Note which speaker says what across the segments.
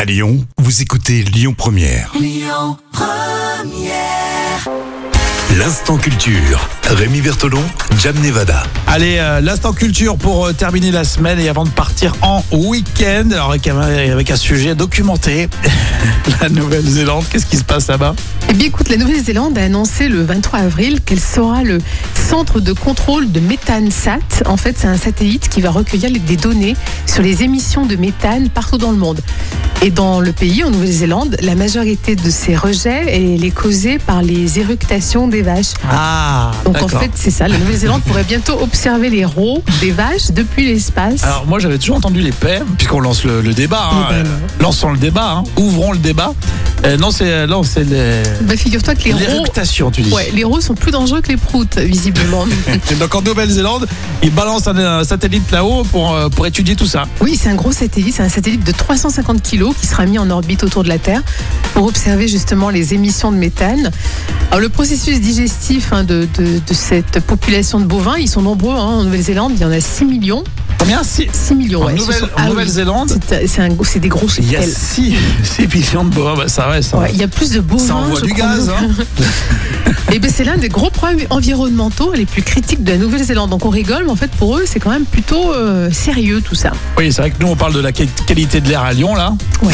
Speaker 1: À Lyon, vous écoutez Lyon Première. L'instant culture. Rémi Bertolon, Jam Nevada.
Speaker 2: Allez, euh, l'instant culture pour euh, terminer la semaine et avant de partir en week-end, alors avec un, avec un sujet documenté, la Nouvelle-Zélande, qu'est-ce qui se passe là-bas
Speaker 3: Eh bien, écoute, la Nouvelle-Zélande a annoncé le 23 avril qu'elle sera le centre de contrôle de MéthaneSat. En fait, c'est un satellite qui va recueillir les- des données sur les émissions de méthane partout dans le monde. Et dans le pays, en Nouvelle-Zélande, la majorité de ces rejets, elle est causée par les éructations des vaches.
Speaker 2: Ah,
Speaker 3: Donc en fait, c'est ça, la Nouvelle-Zélande pourrait bientôt observer les rots des vaches depuis l'espace.
Speaker 2: Alors moi j'avais toujours entendu les pères, puisqu'on lance le, le débat, hein,
Speaker 3: Eh ben,
Speaker 2: euh, lançons le débat, hein, ouvrons le débat. Euh, non c'est non c'est les
Speaker 3: Bah, figure-toi que les rots,
Speaker 2: l'éructation tu dis.
Speaker 3: ouais, les rots sont plus dangereux que les proutes, visiblement.
Speaker 2: Donc en Nouvelle-Zélande, ils balancent un, un satellite là-haut pour euh, pour étudier tout ça.
Speaker 3: Oui, c'est un gros satellite, c'est un satellite de 350 kg qui sera mis en orbite autour de la Terre pour observer justement les émissions de méthane. Alors le processus digestif hein, de, de- de cette population de bovins, ils sont nombreux hein, en Nouvelle-Zélande, il y en a 6 millions.
Speaker 2: Combien si
Speaker 3: 6 millions,
Speaker 2: en
Speaker 3: ouais, ce
Speaker 2: Nouvelle-
Speaker 3: sont-
Speaker 2: en
Speaker 3: ah oui,
Speaker 2: Nouvelle-Zélande,
Speaker 3: c'est- c'est un- c'est des gros
Speaker 2: il y a
Speaker 3: cheptels.
Speaker 2: 6 millions de bovins, bah, ça reste. hein.
Speaker 3: Ouais, il y a plus de bovins.
Speaker 2: Ça envoie
Speaker 3: je
Speaker 2: du
Speaker 3: crois,
Speaker 2: gaz,
Speaker 3: donc.
Speaker 2: hein.
Speaker 3: Et ben c'est l'un des gros problèmes environnementaux les plus critiques de la Nouvelle-Zélande. Donc on rigole, mais en fait pour eux c'est quand même plutôt euh, sérieux tout ça.
Speaker 2: Oui, c'est vrai que nous on parle de la quai- qualité de l'air à Lyon là,
Speaker 3: Ouais.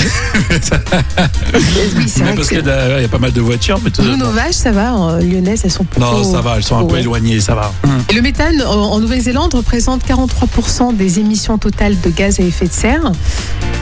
Speaker 3: oui, c'est
Speaker 2: mais
Speaker 3: vrai que
Speaker 2: parce
Speaker 3: c'est-
Speaker 2: qu'il y a pas mal de voitures, mais tout-
Speaker 3: Nous, nos vaches, ça va. en Lyonnaises, elles sont plutôt.
Speaker 2: non ça va, elles sont un peu
Speaker 3: Ouais. Hum.
Speaker 2: éloignées, ça va.
Speaker 3: Et le méthane, en en Nouvelle-Zélande, représente 43% des émissions totales de gaz à effet de serre,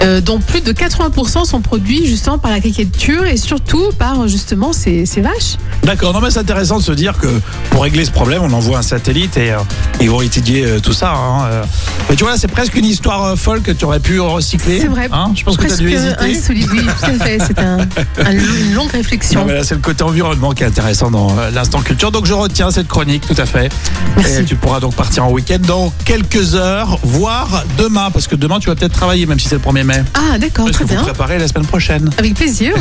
Speaker 3: euh, dont plus de 80% sont produits justement par l'agriculture et surtout par justement ces, ces vaches.
Speaker 2: D'accord, non mais c'est intéressant de se dire que pour régler ce problème, on envoie un satellite et euh, ils vont étudier euh, tout ça. hein, euh. Mais tu vois, là, c'est presque une histoire euh, folle que tu aurais pu recycler.
Speaker 3: C'est vrai.
Speaker 2: hein. Je pense que tu as
Speaker 3: Presque
Speaker 2: dû hésiter.
Speaker 3: insolite. Oui, tout à fait. C'est un- un long- une longue réflexion.
Speaker 2: Non, mais là, c'est le côté environnement qui est intéressant dans euh, l'instant culture. Donc, je retiens cette chronique, tout à fait.
Speaker 3: Merci.
Speaker 2: Et tu pourras donc partir en week-end dans quelques heures, voire demain, parce que demain, tu vas peut-être travailler, même si c'est le 1er mai.
Speaker 3: Ah, d'accord,
Speaker 2: Parce
Speaker 3: très
Speaker 2: que vous
Speaker 3: bien.
Speaker 2: préparez la semaine prochaine.
Speaker 3: Avec plaisir.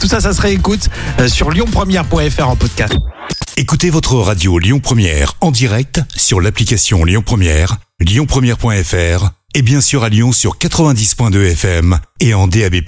Speaker 2: Tout ça, ça se réécoute euh, sur lyonpremière.fr en podcast.
Speaker 1: Écoutez votre radio Lyon Première en direct sur l'application Lyon Première, lyonpremière.fr et bien sûr à Lyon sur 90.2 FM et en DAB+.